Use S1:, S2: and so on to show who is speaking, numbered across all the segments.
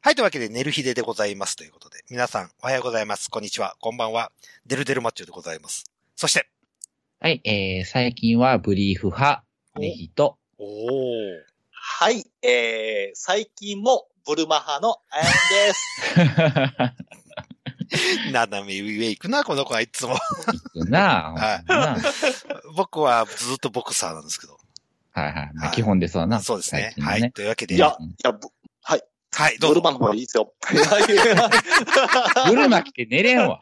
S1: はい、というわけで、寝る日ででございますということで、皆さん、おはようございます。こんにちは。こんばんは。デルデルマッチョでございます。そして、
S2: はい、えー、最近はブリーフ派、ネヒと、
S1: おー。
S3: はい、えー、最近もブルマ派のアヤンです。
S1: 斜め上行くな、この子はいつも。
S2: 行くなぁ、ほんまな
S1: 僕はずっとボクサーなんですけど。
S2: はいはい。まあ、基本ですわな。
S1: そうです
S2: 最
S1: ね。
S2: 近は
S1: はい。。というわけで、
S3: いや
S2: うん、
S3: いや、ブ
S1: はい、ど
S3: ブ
S1: う
S3: ル
S1: ぞ。
S3: マの方がいいですよ。はい
S2: ブルマ来て寝れんわ。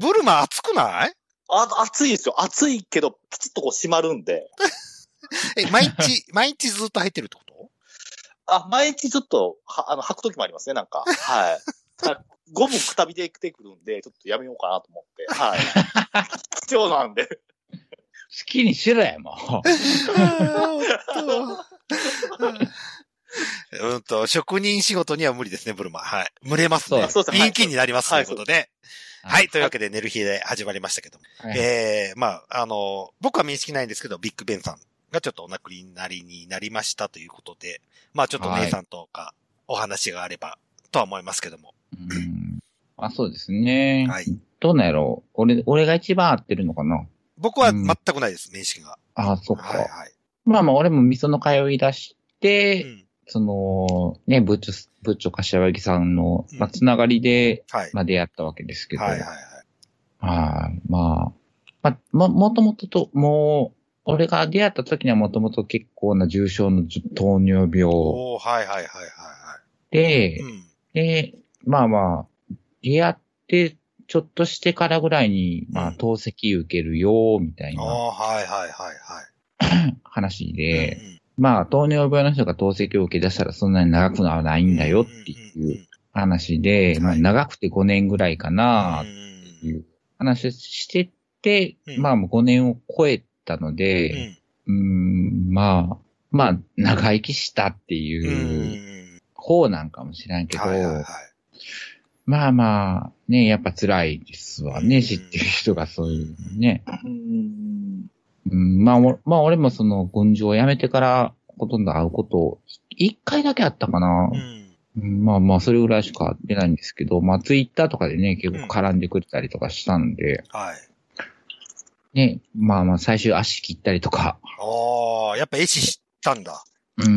S1: ブルマ熱くない
S3: あ暑いですよ。暑いけど、きちっとこう閉まるんで。
S1: え、毎日、毎日ずっと入ってるってこと
S3: あ、毎日ちょっと、はあの、履くときもありますね、なんか。はい。たゴムくたびで来てくるんで、ちょっとやめようかなと思って。はい。貴重なんで。
S2: 好きにしろや、もう。
S1: うんと、職人仕事には無理ですね、ブルマ。はい。蒸れますね。
S3: そうそうですね
S1: 陰気になりますと
S3: はいいう
S1: ことで。
S2: そう
S1: はい。というわけで、寝る日で始まりましたけども。
S2: はい
S1: ええまあ、あの、僕は面識ないんですけど、ビッグベンさんがちょっとお亡くなりになりましたということで、まあちょっと
S2: はい
S1: 姉さんとかお話があればとは思いますけども。
S2: うんまあ、そうですね。
S1: はい。
S2: どうなんやろう俺、俺が一番合ってるのかな
S1: 僕は
S2: うん
S1: 全くないです、面識が。
S2: ああ、そっか。
S1: はいはい。
S2: まあまあ、俺も味噌の通い出し
S1: う
S2: て、
S1: ん。
S2: その、ね、ブッチョ、ブッチョ柏木さんの、ま
S1: う
S2: あ、
S1: ん
S2: つながりで、
S1: はい。
S2: まあ、出会ったわけですけど。
S1: はいはいはい。
S2: はい。まあ、まあ、ま、もともとと、もう、俺が出会った時にはもともと結構な重症のじ糖尿病
S1: おーはいはいはいはいは
S2: で
S1: い。う、ん。
S2: で、まあまあ、出会って、ちょっとしてからぐらいに、ま
S1: う
S2: あ、
S1: ん
S2: 透析受けるよ、みたい
S1: あ
S2: な
S1: あ、はいはいはいはい。
S2: 話
S1: う
S2: で、
S1: んうん
S2: まあ、糖尿病の人が透析を受け出したらそんなに長くはないんだよって
S1: んん
S2: いう話で、ま
S1: は
S2: あ、
S1: い
S2: 長くて5年ぐらいかな
S1: うん、
S2: ていう話をしてて
S1: う、ん
S2: まあ、もう5年を超えたの
S1: う
S2: で、
S1: ん
S2: うーんまあ、まあ、長生きしたって
S1: うん
S2: いう方なんかもしれんけど、
S1: はいはいはい
S2: まあまあ、ね、やっぱ辛いですわね、
S1: うん
S2: 知ってる人がそういうのね。
S3: うん。
S2: うん、まあ、おまあ、俺もその、軍事を辞めてから、ほとんど会うこと、一回だけあったかな
S1: う。ん
S2: うんまあまあ、それぐらいしか会ってないんですけど、まあ、ツイッターとかでね、結構絡んでくれたりとかしたんで、
S1: はい。
S2: ね、まあまあ、最終足切ったりとか、
S1: ああ、やっぱ絵師知ったんだ。
S2: うー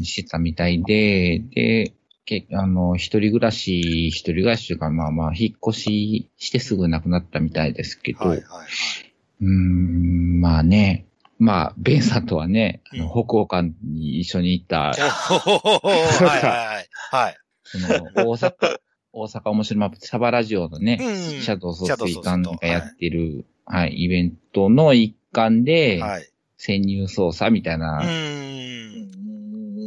S2: ん、してたみたいで、で、けあの、一人暮らし、一人暮らしというか、まあまあ、引っ越ししてすぐ亡くなったみたいですけど、
S1: はいうはい
S2: ーん、まあね、まあ、ベンさんとはね、あの
S1: うん
S2: 北欧館に一緒に行った、
S1: はい。はいはいはい。
S2: その、大阪、 大阪面白いマップ、サバラジオのね、
S1: うん
S2: シャドウ
S1: シャ
S2: 総
S1: ドウ
S2: 水
S1: 総帥
S2: 館
S1: と
S2: がやってる、はい、イベントの一環で、
S1: はい。はい。
S2: 潜入捜査みたいうな
S1: ーん。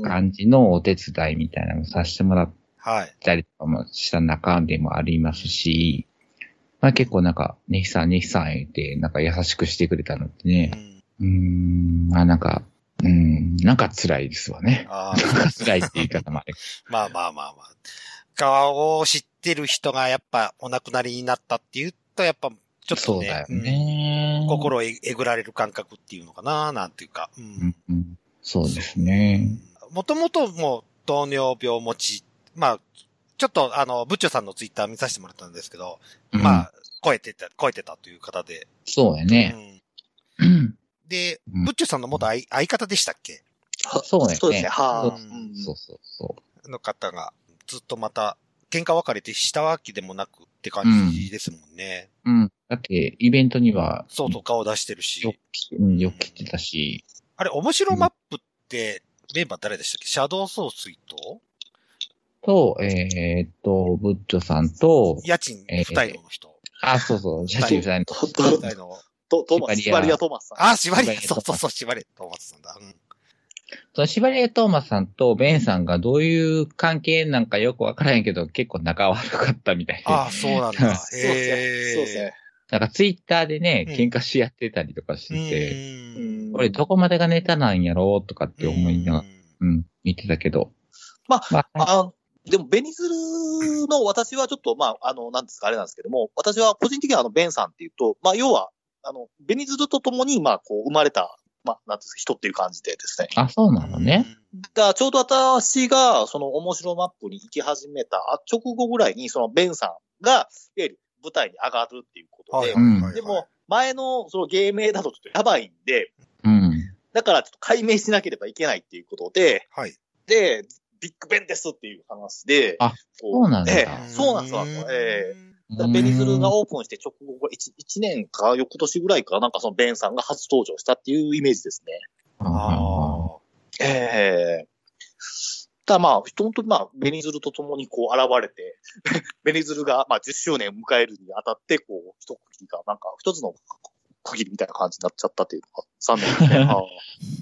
S2: 感じのお手伝いみたいなのをさせてもらって
S1: はい。
S2: ったりとかもした中でもありますし、まあ結構なんか、ネヒさん、ネヒさん言って、なんか優しくしてくれたのって
S1: う
S2: ね、
S1: ん
S2: うーん、まあなんか、うーん、なんか辛いですわね。
S1: あー
S2: 辛いって言い方もあれ。
S1: まあまあまあまあ。顔を知ってる人がやっぱお亡くなりになったっていうと、やっぱ ちょっ
S2: そ
S1: と
S2: う
S1: ね
S2: だよ、ね。
S1: うん心をええぐられる感覚っていうのかな、なんていうか。う
S2: うんん、うん。そうですね。
S1: もともともう糖尿病持ち、まあ、ちょっとあの、ブッチョさんのツイッター見させてもらったんですけど、ま
S2: うん、
S1: あ、超えてた、超えてたという方で。
S2: そうやね
S1: う。ん
S2: うん
S1: で、
S2: うん
S1: ブッチョさんの元相相方でしたっけ
S2: そうやね
S3: そうですね。は
S1: そう
S3: い。
S2: そうそうそ
S1: の方が、ずっとまた、喧嘩別れてしたわけでもなくって感じですもんね。
S2: う。うん。だって、イベントには、
S1: そうそう、顔出してる
S2: よく
S1: し。
S2: 来て、うん、よく来てたし、
S1: あれ、面白マップって、メンバー誰でしたっけシャドウ総帥と、
S2: と、えーっと、ブッチョさんと、
S1: 家賃
S2: えー
S1: 二人の人。
S2: あ、そうそう、写真さんと
S3: と
S1: 二
S3: と
S1: 人の。
S3: と、トーマス、
S2: シ
S3: シ
S2: バリア
S3: バリアトーマスさん。
S1: あ、縛り
S2: 縛り、
S1: そうそうそう、縛り、と思ってたんだ。うん。
S2: そのシバリエ・トーマスさんとベンさんがどういう関係なんかよくわからへんけど、結構仲悪かったみたいで。
S1: ああ、そうなんだ。
S3: そ
S1: へ
S3: うですね。
S1: え。
S3: そうですね。
S2: なんかツイッターでね
S1: う、ん
S2: 喧嘩し合ってたりとかしてて、
S1: う。
S3: うんん
S2: これどこまでがネタなんやろうとかって思いながら、うん、見てたけど。
S3: ま
S2: まあ、
S3: あでも、ベニズルの私はちょっと、まあ、あの、なんですか、あれなんですけども、私は個人的にはあの、ベンさんっていうと、まあ、要は、あの、ベニズルと共に、まあ、こう、生まれたまあ、なんていうんですか、人っていう感じでですね。
S2: あ、そうなのね。
S3: だからちょうど私が、その面白マップに行き始めたあ直後ぐらいに、そのベンさんが、いわゆる舞台に上がるっていうこと
S1: はい
S3: で
S1: は、いはい。
S3: でも、、前のその芸名だとちょっとやばいんで、
S2: うん。
S3: だからちょっと解明しなければいけないっていうことで、
S1: はい。
S3: で、ビッグベンですっていう話で、
S2: あ
S3: こ
S2: そうなんだ
S3: ええそうなんですよ。ええだからベニズルがオープンして直後が 1, 1年か翌年ぐらいかなんかそのベンさんが初登場したっていうイメージですね。
S2: あ
S1: あ
S2: あ。
S1: あ。
S3: ええただまあ、本当にまあ、ベニズルと共にこう現れて、 ベニズルがまあ10周年を迎えるにあたって、こう、一区切りが、なんか一つの区切りみたいな感じになっちゃったっていうのが残念ですね。 ああ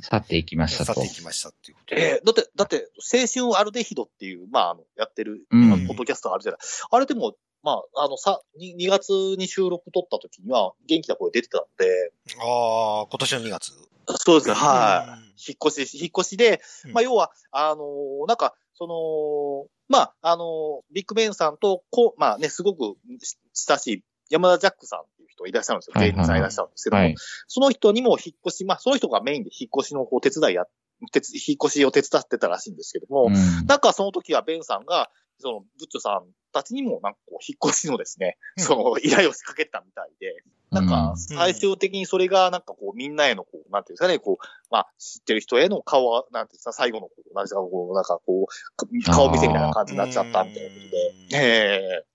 S2: 去っていきました
S1: 去っ
S2: と
S1: てい。きましたっていうことで。
S3: ええだって、だって、青春アルデヒドっていう、まあ、あの、やってる、
S2: うん
S3: あのポッドキャストがあるじゃない。あれでも、まあ、あの、さ、2, 月に収録撮った時には、元気な声出てたんで、
S1: ああ、今年の2月。
S3: そうですね、は
S1: い。
S3: い。引っ越し、引っ越しで
S1: うん、
S3: まあ、要は、あのーなんか、その、まあ、あのービッグベンさんと、こう、まあね、すごくし親しい山田ジャックさんっていう人がいらっしゃるんですよ。
S2: はい
S3: 芸
S2: はい
S3: 人さんいらっしゃるんですけども、
S2: はい。
S3: その人にも引っ越し、まあ、その人がメインで引っ越しのこう手伝いや、手つ引っ越しを手伝ってたらしいんですけども、
S2: うん
S3: なんかその時はベンさんが、その、ブッチョさんたちにも、なんかこう、引っ越しのですね、
S1: うん
S3: その、依頼を仕掛けたみたいで、なんか、最終的にそれが、なんかこう、みんなへの、こう、なんていうんですかね、こう、まあ、知ってる人への顔は、なんていうんですか、最後の、こう、なんですか、こう、なんかこう、顔見せみたいな感じになっちゃったみたいなことで、
S1: え。
S3: ええ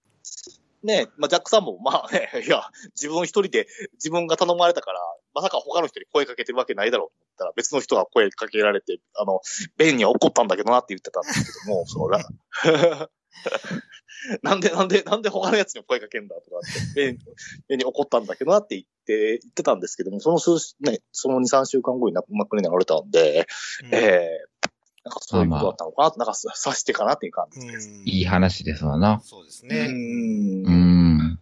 S3: ねえ、まあ、ジャックさんも、まあね、いや、自分一人で、自分が頼まれたから、まさか他の人に声かけてるわけないだろうと思ったら、別の人が声かけられて、あの、ベンには怒ったんだけどなって言ってたんですけども、そのら、 なんで、なんで、なんで他のやつに声かけんだとかって、ベンベンに怒ったんだけどなって言って、言ってたんですけども、その数週、ね、その2、3週間後に亡くなられたんで、
S1: え。
S3: ええなんかそういうことだったのかな、なんかさ察してかなっていう感じです。
S2: いい話ですわな。
S1: そうです
S3: う
S1: ね。
S3: ん
S2: うん。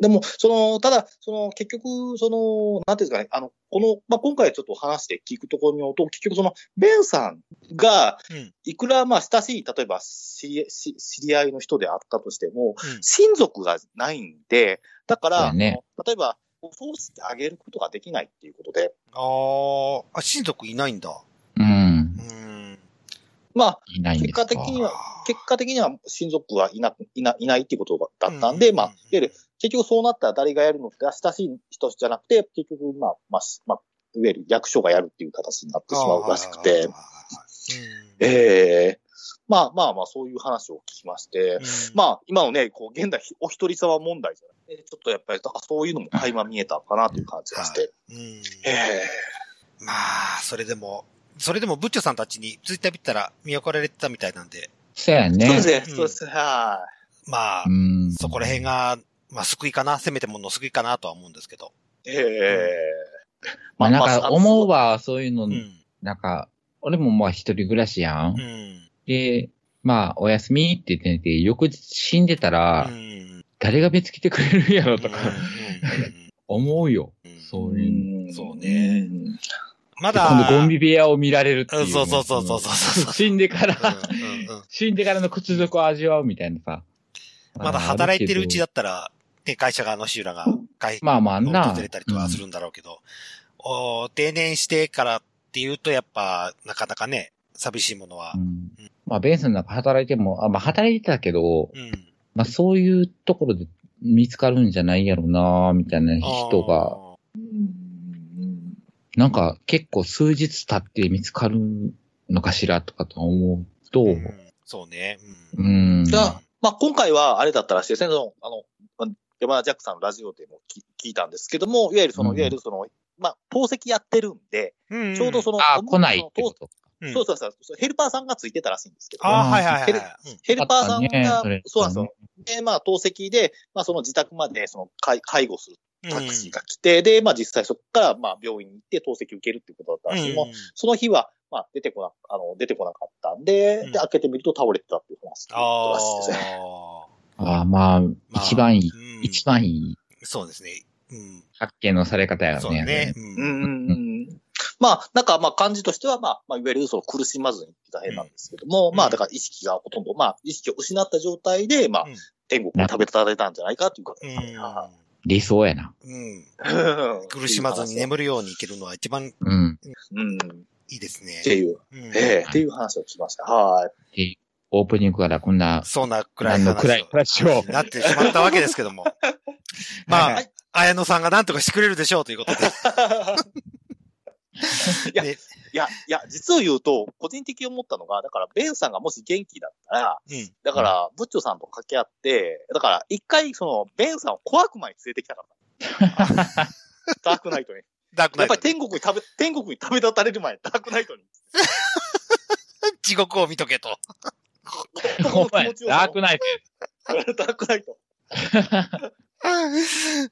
S3: でも、その、ただ、その、結局、その、なんていうんですかね、あの、この、まあ、今回ちょっと話して聞くところによると、結局その、ベンさんが
S1: うん、
S3: いくら、まあ、親しい、例えば知り、し知り合いの人であったとしても、
S1: うん
S3: 親族がないんで、だか
S2: そう
S3: ら、
S2: だね
S3: あの例えば、お葬式あげることができないっていうことで、
S1: ああ、あ、親族いないんだ。
S2: うん
S1: う。ん。
S3: まあ、
S2: いないんです
S3: 結
S2: か
S3: 果的には、結果的には親族がいなく、いな、いないっていうことだったんで、まあ、いわゆる、結局そうなったら誰がやるのって、親しい人じゃなくて、結局、まあ、まあ、しまあ、いわゆる役所がやるっていう形になってしまうらしくて、
S1: うん。
S3: ええまあまあまあ、そういう話を聞きまして、ま
S1: あ、
S3: あ、今のね、こう、現代お一人様問題じゃない。えちょっとやっぱり、あそういうのも垣間見えたのかなという感じがして。
S1: うん。
S3: ええ
S1: まあ、それでも、それでも、ブッチョさんたちにツイッター見たら見送られてたみたいなんで、
S2: そうや
S3: そう
S2: ね
S3: で。すね、
S1: うん
S3: そうですね、は
S1: まあ
S2: う、ん。
S1: そこら辺が、まあ、救いかな、せめてもの救いかなとは思うんですけど。
S3: い。ええ
S2: まあなんか思う
S3: わ。
S2: わ、そういうの
S1: う、ん。
S2: なんか、俺もまあ一人暮らしやん
S1: う。ん。
S2: で、まあおやすみって言ってて、翌日死んでた
S1: う
S2: ら、
S1: ん
S2: 誰が別来てくれるんやろとか
S1: うん
S2: 思うよ
S1: うん。
S2: そういう。
S1: そうね。ま
S2: で
S1: だ、
S2: 今度ゴンビ部屋を見られるっていうね。
S1: そうそうそうそうそう。
S2: 死んでから、
S1: うんうんうん
S2: 死んでからの屈辱を味わうみたいなさ。
S1: まだ働いてるうち
S2: だ。
S1: だったら、ね、会社側の修羅が会
S2: まあまあ
S1: を
S2: な。
S1: 訪れたりとはするんだろうけど、お定年してからっていうと、やっぱ、なかなかね、寂しいものは
S2: う。ん。まあベンさんなんか働いても、あまあ働いてたけど、
S1: うん。
S2: まあそういうところで見つかるんじゃないやろなみたいな人が、
S3: うん
S2: なんか結構数日経って見つかるのかしらとかと思うと、
S1: あー、う
S2: うん
S1: そうね。うん
S2: ん。
S3: じゃあ、まあ、今回はあれだったらしいですね。その、あの、山田ジャックさんのラジオでもき聞いたんですけども、いわゆるその、
S2: うん
S3: いわゆるその、まあ、透析やってるんで、
S1: うん
S3: ちょうどその、
S2: あ、
S3: の
S2: 来ないってこ
S3: 透
S2: と。
S1: うん
S3: そうそうそうそう、ヘルパーさんがついてたらしいんですけど、
S1: ああ、はいはいはいはい。うん
S3: ヘルパーさんが、
S2: あった
S3: そう
S2: ね
S3: なんですよ。。で、まあ、透析で、まあ、その自宅まで、その、介介護するタクシーが来て、で、まあ、実際そこから、まあ、病院に行って透析受けるってことだったんですけども、
S1: うん
S3: その日は、まあ、出てこな、あの、出てこなかったんで、
S1: うん
S3: で、開けてみると倒れてたっていう話だった
S1: あ
S3: らしいですね。
S2: ああ、まあ、
S1: あ。
S2: 一番いい、
S1: うん
S2: 一番いい
S1: そうですね。うん。
S2: 発見のされ方や
S1: そ
S2: ろ
S1: う
S2: ね。
S1: ね。
S3: う
S1: うん
S3: んうんうんまあ、なんか、まあ、感じとしては、まあ、まあ、いわゆる、その、苦しまずにって大変なんですけども、
S1: うん
S3: まあ、だから、意識がほとんど、まあ、意識を失った状態で、まあ
S1: うん、
S3: 天国に食べ立たれたんじゃないかというか、
S1: うん
S3: は
S2: 理想やな。
S1: うん。
S3: うん
S1: 苦しまずに眠るようにいけるのは一番い
S2: うん。
S3: うん。っ
S1: いですね。
S3: ていう、
S1: うん
S3: ええっていう話を聞きまし た。はい。
S2: オープニングからこんな、
S1: そんな暗い話
S2: 何の
S1: を
S2: 暗い話を
S1: になってしまったわけですけども。ま
S2: は
S1: あ
S2: い、
S1: 綾野さんが何とかしてくれるでしょうということで。
S3: いや、
S1: で
S3: いや、いや、実を言うと、個人的に思ったのが、だから、ベンさんがもし元気だったら、
S1: うん。
S3: だから、ブッチョさんと掛け合って、だから、一回、その、ベンさんを小悪魔に連れてきたかった。ダークナイトに。
S1: ダーク
S3: や
S1: ナイ
S3: っぱ
S1: ト
S3: り。天国に食べ、天国に旅立たれる前、ダークナイトに。
S1: 地獄を見とけと。
S2: お前、ダークナイ
S3: ダークナイト。
S1: うん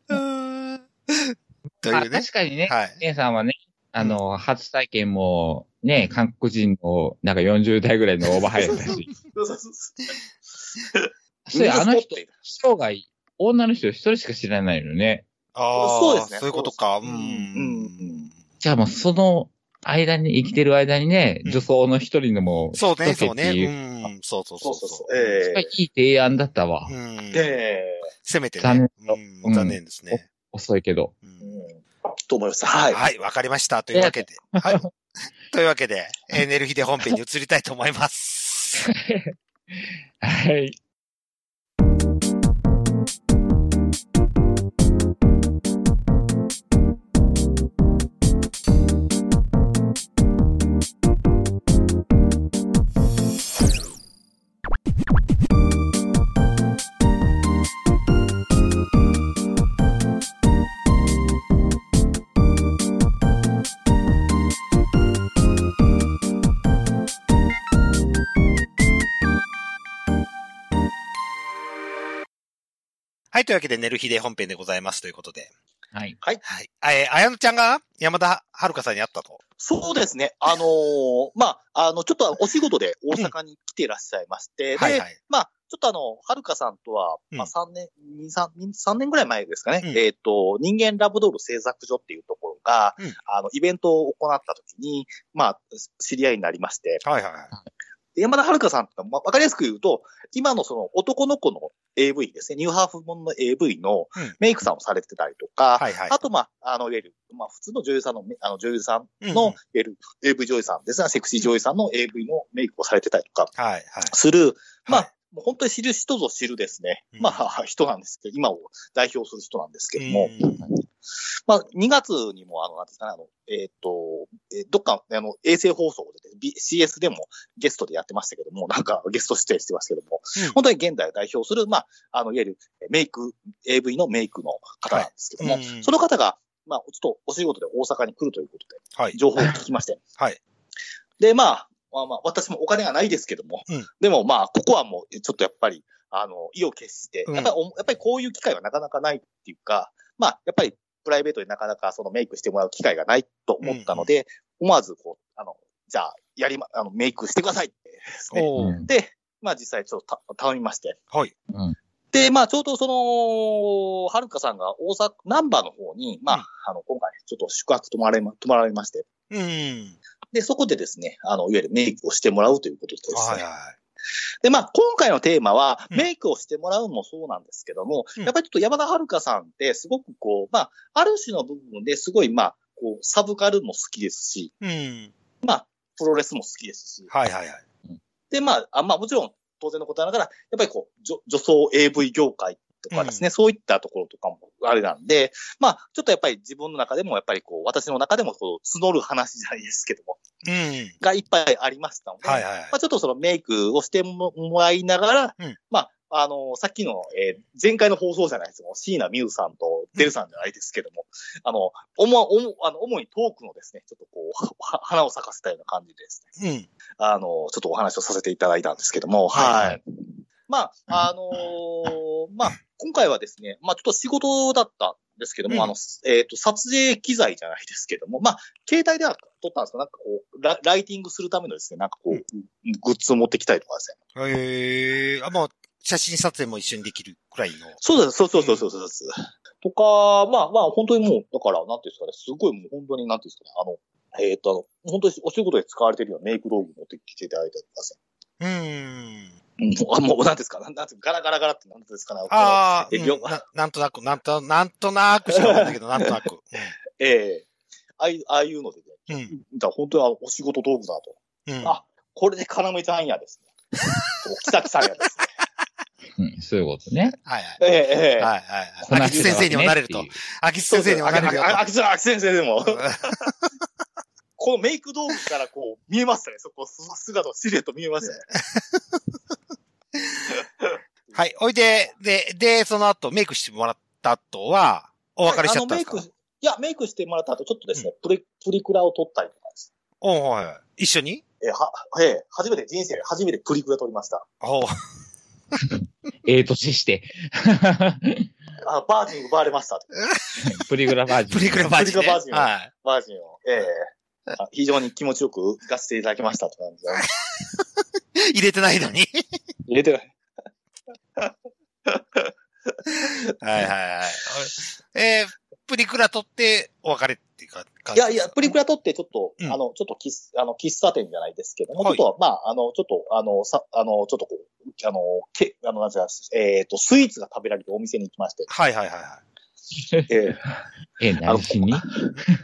S1: とい
S2: ト。
S1: う
S2: まあ
S1: ね。
S2: 確かにね、
S1: はい。
S2: 姉さんはね、あの、初体験も、ね、韓国人の、なんか40代ぐらいのオーバーハイだったし。
S3: そうそうそう
S2: そうやあの
S3: ウイ
S2: 人
S3: ルス持っている、
S2: 生涯、女の人一人しか知らないのね。
S1: ああ、
S3: そうですね
S1: そういうことか。う
S3: そうです
S1: ん
S3: ねうん。
S2: じゃあもうその間に、生きてる間にね、
S1: うん
S2: 女装の一人のも
S1: そう
S2: ど
S1: ね、
S2: うせっ
S1: そう
S2: ていう
S1: ね。うん。そうそう
S3: そう
S1: そう
S3: そう
S1: そ
S3: そう。
S1: う。
S2: やっ
S3: え
S2: ぱりいい提案だったわ
S1: う。ん
S3: え。え
S1: せめてね
S2: 残。
S1: う
S2: うんん
S1: 残念ですね。
S2: 遅いけど。
S1: う
S3: え
S1: ん
S3: うん。と思いました。はい。
S1: はい、わかりました。というわけで。はい。というわけで、えー寝る日で本編に移りたいと思います。
S2: はい。
S1: はい、というわけで、寝る日で本編でございますということで。
S2: はい。
S1: はい。えー、あやのちゃんが山田遥香さんに会ったと。
S3: そうですね。あのーまあ、あの、ちょっとお仕事で大阪に来ていらっしゃいまして、
S1: はい
S3: で、
S1: はい。
S3: まあ、ちょっとあの、はるかさんとは、まあ、
S1: うん
S3: 3年、2、3、3年ぐらい前ですかね。
S1: うん
S3: えっ、と、人間ラブドール製作所っていうところが、
S1: うん
S3: あの、イベントを行った時に、まあ、知り合いになりまして、
S1: はいはいはい。
S3: で山田はるかさんってのは、まあ、わかりやすく言うと、今のその男の子の AV ですね、ニューハーフものの AV の
S1: うん
S3: メイクさんをされてたりとか、
S1: はいはい。
S3: あと、まあ、あの、いわゆる、まあ、普通の女優さんのめ、あの、女優さん
S1: うん
S3: の、いわゆる AV 女優さんですが、セクシー女優さんの AV のメイクをされてたりとか
S1: はいはい。
S3: する、ま
S1: は
S3: あ、もう本当に知る人ぞ知るですね
S1: う。ん
S3: まあ、 人なんですけど、今を代表する人なんですけども、
S1: うん
S3: まあ、2月にも、あの、なんていうんですかね、あの、えーっと、えーどっか、あの、衛星放送で、B、CS でもゲストでやってましたけども、なんかゲスト出演してますけども、
S1: うん
S3: 本当に現代を代表する、まあ、あの、いわゆるメイク、AV のメイクの方なんですけども、
S1: はいうん
S3: その方が、まあ、ちょっとお仕事で大阪に来るということで、
S1: はい。
S3: 情報を聞きまして。
S1: はい。
S3: で、まあ、まあまあ、私もお金がないですけども、
S1: うん
S3: でもまあ、ここはもう、ちょっとやっぱり、あの、意を決して、
S1: うん
S3: やっぱりお、やっぱりこういう機会はなかなかないっていうか、まあ、やっぱり、プライベートでなかなかそのメイクしてもらう機会がないと思ったので、思わず、こう、あの、じゃあ、やりま、あの、メイクしてくださいってですね。
S1: おー
S2: うん
S3: で、まあ実際ちょっとた頼みまして。
S1: はい。
S3: で、まあ、ちょうどその、はるかさんが大阪、ナンバーの方に、まあ、
S1: うん
S3: あの、今回、ちょっと宿泊泊まれま、泊まられまして、
S1: うん。
S3: で、そこでですね、あの、いわゆるメイクをしてもらうということです、ね。
S1: はいは
S3: で、まあ、今回のテーマは、
S1: うん
S3: メイクをしてもらうのもそうなんですけども、
S1: うん
S3: やっぱりちょっと山田遥さんって、すごくこう、まあ、ある種の部分ですごい、まあ、こう、サブカルも好きですし、
S1: い。うん。
S3: プロレスも好きですし、
S1: はいはいはい。
S3: で、まあ、あまあ、もちろん、当然のことながら、やっぱりこう、女女装 AV 業界とかですね、そういったところとかもあれなんで、まあ、ちょっとやっぱり自分の中でも、やっぱりこう、私の中でも、こう、募る話じゃないですけども、
S1: うん。
S3: がいっぱいありましたので、
S1: はいはいはい
S3: まあ、ちょっとそのメイクをしてもらいながら、
S1: うん
S3: まあ、あの、さっきの、えー前回の放送じゃないですけども、椎名美宇さんとデルさんじゃないですけども、あの、おも、おも、あの、主にトークのですね、ちょっとこう、は花を咲かせたような感じでですね、
S1: うん。
S3: あの、ちょっとお話をさせていただいたんですけども、
S1: はい
S3: はい。まあ、あのーまあ、今回はですね、まあ、ちょっと仕事だったんですけども、
S1: うん
S3: あの、えっ、と、撮影機材じゃないですけども、まあ、携帯では撮ったんですけど、なんかこうラ、ライティングするためのですね、なんかこう、グッズを持ってきたりとかですね、
S1: えー、あ、もう、写真撮影も一緒にできるくらいの。
S3: そうです、そうそうそうそうそうです。とか、まあまあ、本当にもう、だから、なんていうんですかね、すごいもう本当に、なんていうんですかね、あの、えーっ、と、あの、本当にお仕事で使われてるようなメイク道具持ってきていただいたりとかですね
S1: うん。
S3: もう、あもう、なんですかなんなんていうかガラガラガラってなんですかね
S1: ああ、
S3: え
S1: うん
S3: 両
S1: ななんとなく、なんと、なんとなくしかないんだけど、なんとなく。
S3: ええああいう、ああいうのでね、
S1: うん。うん
S3: だから本当にあのお仕事道具だと。
S1: うん。
S3: あこれで要ちゃんやですね。こうキサキさんやですね。
S2: うん、そういうことね。
S1: はい
S3: えええ
S1: はい。
S3: え
S1: はいはい。秋津先生にもなれると。。秋津先生にもなれるよ
S3: あああきさん、あき先生でも
S1: と。。
S3: このメイク道具からこう見えましたね。そこ、す姿、シルエット見えましたね。
S1: はい。おいで、で、で、その後、メイクしてもらった後は、お別れしちゃったんですか
S3: あのメイク、いや、メイクしてもらった後、ちょっとですね、プリ、プリクラを撮ったりとかです。
S1: おうはいはい。一緒に
S3: えーは、ええ初めて人生で初めてプリクラ撮りました。
S1: おう
S2: ええ年して。
S3: あの、バージン奪われました。
S2: プリグラバージョン。
S1: プリクラバージンね。
S3: プリクラバージン
S1: はい。
S3: バージンを。ええあ非常に気持ちよく行かせていただきましたって感じで。
S1: 入れてないの に。
S3: 入れてない。
S1: はいはいはい。えー、プリクラ撮って、お別れっていうか、感
S3: い
S1: じ
S3: やいや、プリクラ撮ってちょっと、
S1: うん
S3: あの、ちょっと喫あの喫茶店じゃないですけども、
S1: はい、
S3: ちょっと、まあ、あの、ちょっと、あの、さ、あの、ちょっとこう、あの、け、あの、なんていうか、えっ、と、スイーツが食べられるお店に行きまして
S1: はいはいはいはい。
S3: え
S2: ええ、何しに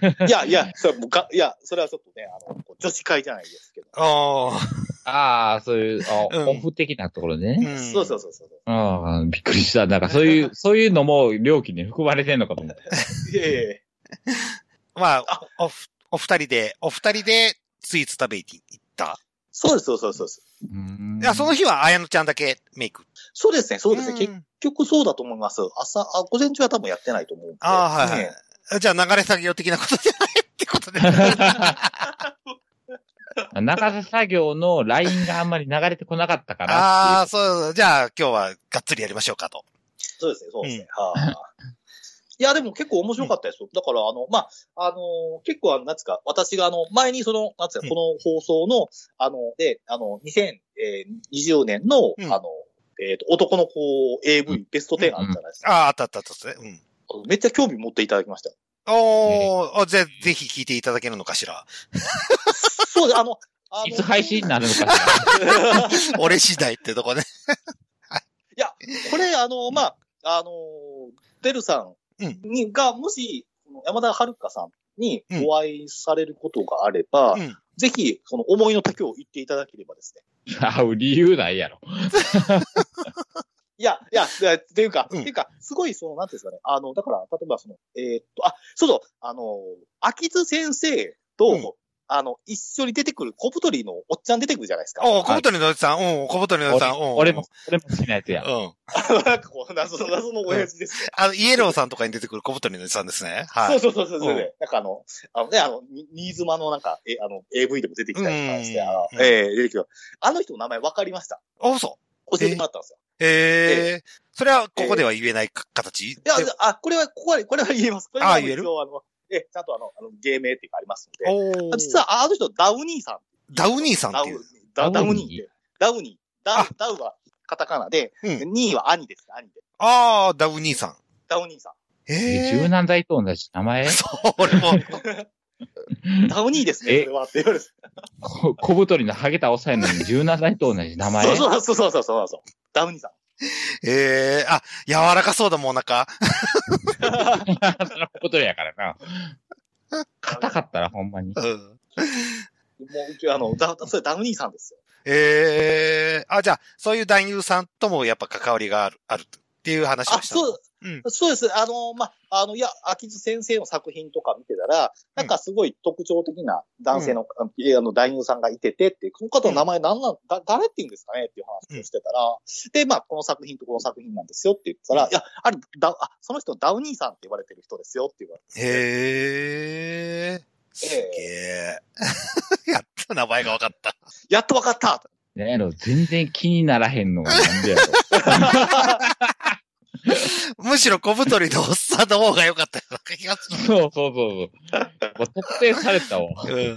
S3: えいやいや、それはもうがいや、それはちょっとね、あの、こう女子会じゃないですけど。
S1: おー。
S2: ああ、そういう、あ
S1: うん
S2: オフ的なところでね。
S1: ん
S3: そうそうそうそう。
S2: ああ、びっくりした。なんかそういう、そういうのも料金に含まれてんのかと思った。
S3: いやいやいや
S1: まあ、おおふ、お二人で、お二人で、スイーツ食べに行った。
S3: そうです、そうですそうです。
S2: うーん
S1: いや、その日は、あやのちゃんだけメイク。
S3: そうですね、そうですね。結
S1: ん
S3: 局そうだと思います。朝、あ午前中は多分やってないと思うんで。
S1: あーはいはい
S3: ね
S1: じゃあ、流れ作業的なことじゃないってこと で。
S2: 中田作業のラインがあんまり流れてこなかったから
S1: ああ、そう、じゃあ、今日は、がっつりやりましょうかと。
S3: そうですね、そうですね。はい。 いや、でも結構面白かったですよ。だから、あの、まあ、あのー結構、あの、なんつうか、私が、あの、前にその、なんつうか、
S1: うん
S3: この放送の、あの、で、あの、2020年の、
S1: うん
S3: あの、えっ、と、男の子
S2: う
S3: AV ベスト10あったじゃないですか。
S1: ああ、あったあったあったですね。
S3: めっちゃ興味持っていただきました。
S1: うん。おー、あぜ、ぜひ聞いていただけるのかし ら。
S3: そうです、あの、あの
S2: っていう、いつ配信 になるのかしら。
S1: 俺次第ってとこね。
S3: これ、あの、まあ、あの、デルさん
S1: うん
S3: に、が、もし、この山田遥香さんに
S1: うん
S3: お会いされることがあれば、
S1: うん。
S3: ぜひ、その思いの丈を言っていただければですね。
S2: 会う理由ないやろ。
S3: いや、いや、いやっていうか、
S1: うん
S3: っていうか、すごい、その、なんていうんですかね、あの、だから、例えば、その、えーっと、あ、そうそう、あの、秋津先生と、
S1: うん
S3: あの、一緒に出てくる小太りのおっちゃん出てくるじゃないですか。
S1: おー、小太りのおじさん、うん、小太りのおじさん、うん。
S2: 俺も、俺も好きなやつや。
S1: うん。
S3: なんかこう、謎の、謎の親父ですね。
S1: あの、イエローさんとかに出てくる小太りのおじさんですね。はい。
S3: そうそうそうそうそう、
S1: うん
S3: なんかあの、あのね、あの、に新妻のなんか、え、あの、AV でも出てきたりとかして、
S1: うん
S3: あの
S1: うん
S3: えー出てきた。あの人の名前分かりました。
S1: あ、そう。
S3: 教えてもらったんですよ。
S1: ええそれはここでは言えないか形
S3: いや
S1: で、
S3: あ、これは、ここは、これは言えます。これ
S1: あ
S3: は
S1: 言える
S3: 一応あの、え、ちゃんとあの、あの芸名っていうかありますので。
S1: おー
S3: 実は、ああの人、ダウニーさん。
S1: ダウニーさんっていう。
S3: ダウ
S2: ダ
S3: ダウ
S2: ウ
S3: ニ
S2: ニー
S3: ーって。ダウニー。ダウ
S1: あ、
S3: ダウはカタカナで、
S1: うん。
S3: ニーは兄です、兄で。
S1: ああ、ダウニーさん。
S3: ダウニーさ
S1: え
S2: 柔
S1: え
S2: 軟剤と同じ名前
S1: そう、 俺も。
S3: ん。ダウニーですね、
S2: え
S3: これは。って言われる。
S2: こ小太りのハゲた抑えのに柔軟剤と同じ名前
S3: そ うそうそうそうそうそうそう。ダウニーさん。
S1: ええあ、柔らかそうだもん、お腹。
S2: 小太りやからな。硬かったらほんまに。
S1: うん。
S3: もう、あの、ダそれダウニーさんですよ。
S1: ええあ、じゃあ、そういう男優さんともやっぱ関わりがある、あるっていう話
S3: あ、
S1: をした。。
S3: そうう、
S1: ん。
S3: そうです。あの、ま、あの、いや、秋津先生の作品とか見てたら、なんかすごい特徴的な男性の、えあの、男優さんがいててって、この方の名前なんなん、だ、誰って言うんですかねっていう話をしてたら、で、まあ、この作品とこの作品なんですよって言ったら、
S1: うん
S3: いや、あれ、だ、あ、その人ダウニーさんって言われてる人ですよって言われて。
S1: へえすげ え。やっと名前が分かった。
S3: やっとわかった
S2: なんやろ、全然気にならへんのがなんでやろ。
S1: むしろ小太りのおっさんの方が良かったような気がする。
S2: そうそうそうそう。特定されたわ。
S1: うん。
S3: で、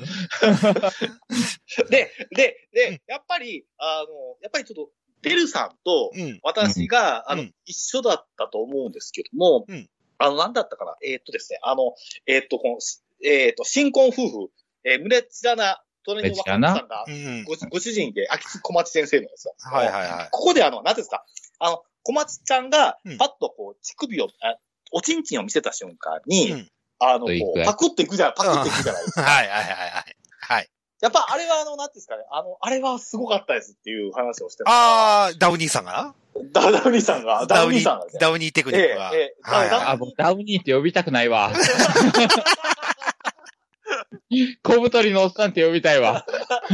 S3: で、
S1: う
S3: で、やっぱり、あの、やっぱりちょっと、デルさんと、
S1: うん。
S3: 私が、
S1: うん
S3: あの、
S1: うん
S3: 一緒だったと思うんですけども、
S1: うん
S3: あの、なんだったかなえーっとですね、あの、えーっと、この、えーっと、新婚夫婦、えー、胸ちらな隣の若菜さんが
S1: う、ん。
S3: ごご主人で、秋津小町先生のやつだ。
S1: はいはいはい。
S3: ここであの、なんていうんですか、あの、小松ちゃんが
S1: うん、
S3: パッとこう、乳首を、あおちんちんを見せた瞬間に、
S1: うん
S3: あの、こ
S2: と行く
S3: う、パクっていくじゃない、パクっていくじゃないです
S1: はい
S3: か。
S1: はいはいはい。はい。
S3: やっぱあれはあの、なんていうんですかね、あの、あれはすごかったですっていう話をしてた。
S1: あー、ダウニーさんが
S3: ダダウニーさんが、ダウニーさんがですね。
S1: ダウニーテクニックが。
S3: ええええ
S1: はいはい
S2: あ、もうダウニーって呼びたくない わ。小太りのおっさんって呼びたいわ。
S3: い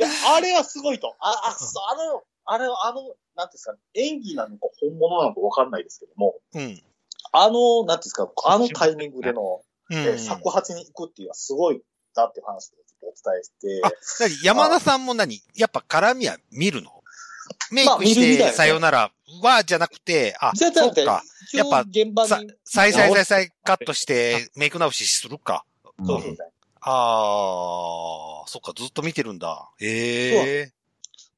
S3: や、あれはすごいと。あ、 あ、そうあの、あれはあの、なんていうんですかね、演技なのか本物なのかわかんないですけども、
S1: うん。
S3: あの、なんていうんですか、あのタイミングでの、
S1: う
S3: え
S1: ん。
S3: ー作発に行くっていうのはすごいなっていう話をちょっとお伝えして、
S1: あ、なに山田さんも何やっぱ絡みは見るのメイクし
S3: 見るみたい
S1: て、
S3: です
S1: さよならは、じゃなくて、あ、
S3: じゃあ、だ
S1: そ
S3: っ
S1: ってか。、
S3: 一応
S1: やっぱ
S3: 現場
S1: さ
S3: に、
S1: 再再再再カットして、メイク直しするか。
S3: そうですね。
S1: あー、そっか、ずっと見てるんだ。ええ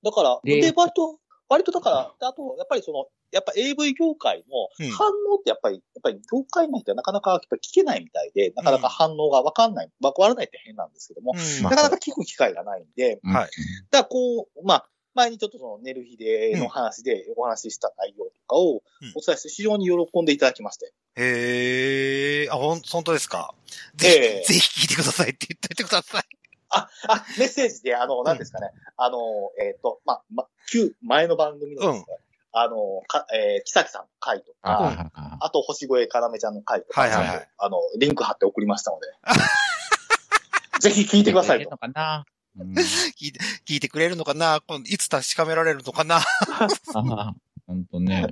S3: だから、
S2: で
S3: で、割と、割とだから、であと、やっぱりその、やっぱ AV 業界も
S1: うん
S3: 反応ってやっぱり、やっぱり業界内ではなかなかやっぱ聞けないみたいで、なかなか反応がわかんない、わからないって変なんですけども、
S1: うん
S3: なかなか聞く機会がないんで、
S2: うん
S1: はい。
S3: だからこう、まあ、前にちょっとその寝る日での話でお話しした内容とかを
S1: うん
S3: お伝えして非常に喜んでいただきまして。
S1: へえ、あ、ほん、本当ですか。ぜ
S3: ええ
S1: ひ、ぜひ聞いてくださいって言っといてください。
S3: あ、あ、メッセージで、あの、何ですかね。あの、えっ、と、まあ、ま、旧、前の番組のですね、あの、か、えー、木崎さんの回とか、
S2: ああ、
S3: あと、星越かなめちゃんの回とか、
S1: はいはいはい
S3: あの、リンク貼って送りましたので。 ぜひ聞いてください
S2: ええ
S3: と。
S2: のかな うん
S1: 聞いてくれるのかなこのいつ確かめられるのかな
S2: ああほんとね。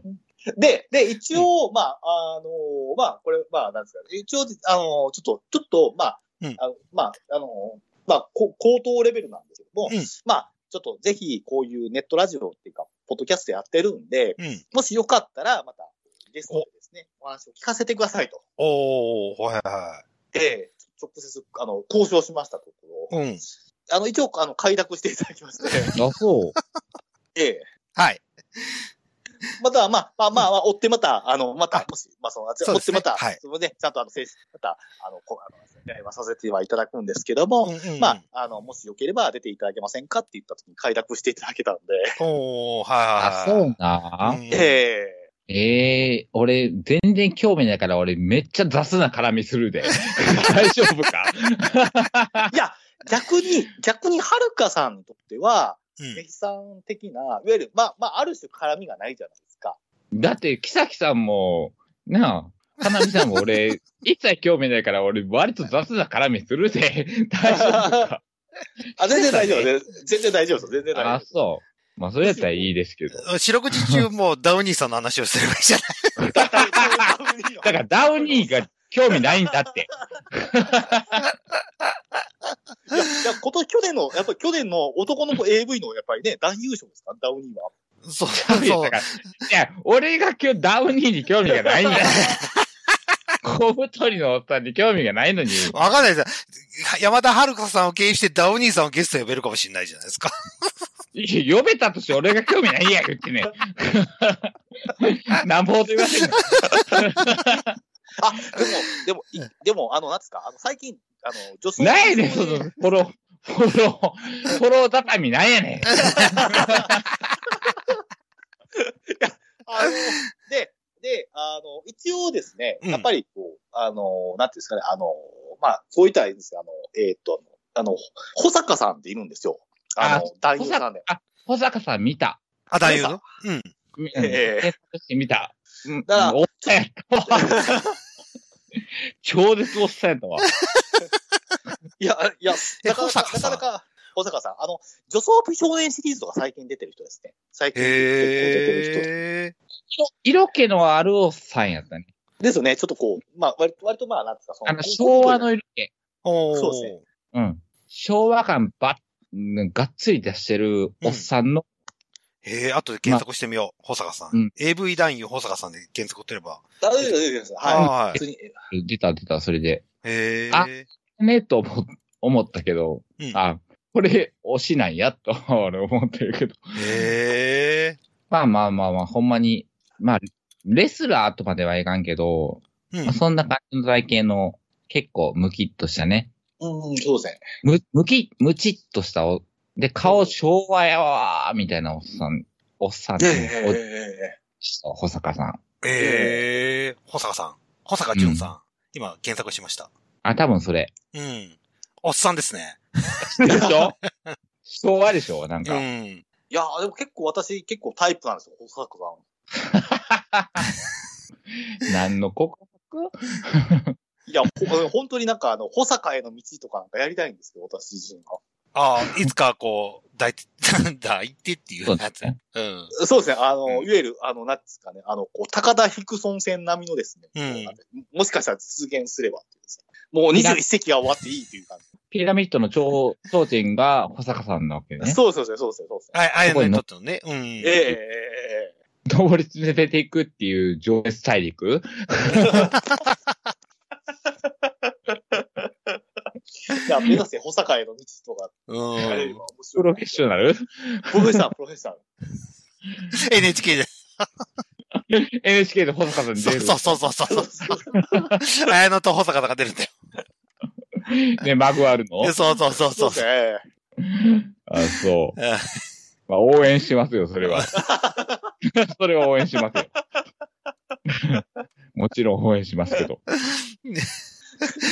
S3: で、で、一応、まあ、あの、まあ、これ、まあ、なんですか、一応、あの、ちょっと、ちょっと、まあ、
S1: うん
S3: あのまあ、あの、まあ、こ高等レベルなんですけども、
S1: うん
S3: まあ、ちょっとぜひ、こういうネットラジオっていうか、ポッドキャストやってるんで、
S1: うん。
S3: もしよかったら、また、ゲストでですね、お話を聞かせてくださいと。
S1: おー、はいは
S3: で、直接、あの、交渉しましたところ、
S1: い。うん。
S3: あの、一応、あの、快諾していただき まして、
S2: あ、そう。
S3: ええ。
S1: はい。
S3: また、まあ、まあ、まあ、まあ追ってまた、あの、また
S1: あ、
S3: もし、まあ、その、
S1: そう
S3: 追
S1: で
S3: って
S1: す
S3: ま
S1: ね
S3: た、
S1: はい
S3: そのね、ちゃんと、あの、正式、また、あの、こあの、依頼はさせてはいただくんですけども、
S1: うんうん
S3: まあ、あの、もしよければ出ていただけませんかって言った時に快諾していただけたんで、
S1: おー、はいはい
S2: あ、そ
S1: はい。
S2: うな。
S1: ん
S3: え
S2: ええ俺、全然興味ないから、俺、めっちゃ雑な絡みするで。 大丈夫か
S3: えいや、逆に、逆に、はるかさんにとっては、
S1: うん
S3: メヒさん的な、いわゆる、まあ、まあ、ある種絡みがないじゃないで すか。
S2: だって、木崎さんも、なあ、かなみさんも 俺、一切興味ないから、俺、割と雑な絡みする で。大丈夫か
S3: あ、全然大丈夫
S2: そう
S3: です。全然大丈夫です。全然大丈夫
S2: あ、
S3: です。
S2: そう。まあ、それやったらいいですけど。
S1: 四六時中もうダウニーさんの話をすればいいじゃない
S3: だか
S2: だから、ダウニーが興味ないんだ って。
S3: いや、いやこと去年の、やっぱり去年の男の子 AV のやっぱりね、男優賞ですか、ダウニーは。
S1: そう、
S2: ダウニー
S1: そ
S2: だ
S1: う
S2: か。ら。いや、俺が今日ダウニーに興味が ないんだよ。小太りのおっさんに興味がないのに。
S1: わかんないです山田遥さんを経由してダウニーさんをゲスト呼べるかもしれないじゃないですか。
S2: いや呼べたとして俺が興味ないや、言 ってね。なんぼと言わせんの。
S3: あ、でも、でも、いでも、あの、なんですか、あの、最近、あの、女装。
S2: ないねん、その、フォロー、フォロー、フォロー畳なんやねん。
S3: あの、で、で、あの、一応ですね、
S1: うん
S3: やっぱりこう、あの、なんていうんですかね、あの、まあ、こう言ったらいいんですが、あの、えーっと、あの、保坂さんっているんですよ。あの、男優さんで。
S2: あ、保坂さん見た。
S1: あ、男優のうん。
S2: 見
S3: ええ
S2: 見た。うん
S3: だから
S2: おっさんやったわ。超絶おっさんやったわ。
S3: いや、いや、
S1: え
S3: なかなか、
S1: 保坂さん
S3: なかなか保坂さん、あの、女装美少年シリーズとか最近出てる人ですね。最近結構出てる人
S1: へえ。
S2: 色気のあるおっさんやったね。
S3: ですよね。ちょっとこう、まあ、割と、割とまあ、なんですか、その、
S2: あの、昭和の色気。
S1: おー。
S3: そうですね
S2: うん。昭和感ばっ、うんがっつり出してるおっさんの、
S1: へえ、後で検索してみよう。保坂さ
S2: うんん。
S1: AV 男優保坂さんで検索取れば。
S3: 大丈夫です、大丈夫です。は。
S1: はいい。
S3: 別に、
S2: 出た出た、それで。
S1: へえ。
S2: あね、と思思ったけど、
S1: うん
S2: あ、これ、推しなんや、と、俺思ってるけど。
S1: へえ。
S2: まあまあまあまあ、ほんまに、まあ、レスラーとまではいかんけど、
S1: うん
S2: まあ、。そんな感じの体型の、結構ムキッとしたね、
S3: うん、そうですね。
S2: む、むき、むちっとしたお、で、顔昭和やわーみたいなおっさん、おっさん、おっ
S3: え
S2: さん保坂さん。
S1: ええー、保坂さん。保坂淳さん。今、検索しました。
S2: あ、多分それ。
S1: うん。おっさんですね。
S2: でしょ昭和でしょなん
S1: う
S2: か。
S1: ん。
S3: いやーでも結構私、結構タイプなんですよ、細作さん。
S2: 何の告白
S3: いや、ほ本当になんか、あの、保坂への道とかなんかやりたいんですけど、私自身が。
S1: ああ、いつかこう、抱いて、 抱いてっていうやつ。
S2: そう
S1: うん。
S3: そうですね、あの、
S1: うん
S3: いわゆる、あの、なんですかね、あの、こう、高田ヒクソン線並みのですね、
S1: うん
S3: こうもしかしたら実現すればっていうですねもう21世紀が終わっていいという感
S2: ピラミッドの頂頂点が保坂さんなわけ
S3: じ。
S2: ね。
S3: そうそうそうそうそうそうですね。
S1: ああやのにとってのね。うん。
S3: ええええええ
S2: 登り連れていくっていう上越大陸
S3: ええいや、目指せ、保坂への道とか、
S1: う
S3: やれれ
S1: ん。
S3: ば面白
S2: プ
S3: い。
S2: ロフェッショナル
S3: プロフェッシ ョナル、プロフェッショナル。
S1: NHK で。
S2: ?NHK で保坂さん
S1: そ
S2: 出
S1: う
S2: る。
S1: そうそうそうそう。あやのと保坂さんが出るんだよ。
S2: ね、マグあるの
S1: そうそうそう
S3: そ
S1: そうう
S3: です。ね。ええ
S2: あ、そう
S1: うん。
S2: まあ、応援しますよ、そ れは。それは応援しますよ。 もちろん応援しますけど。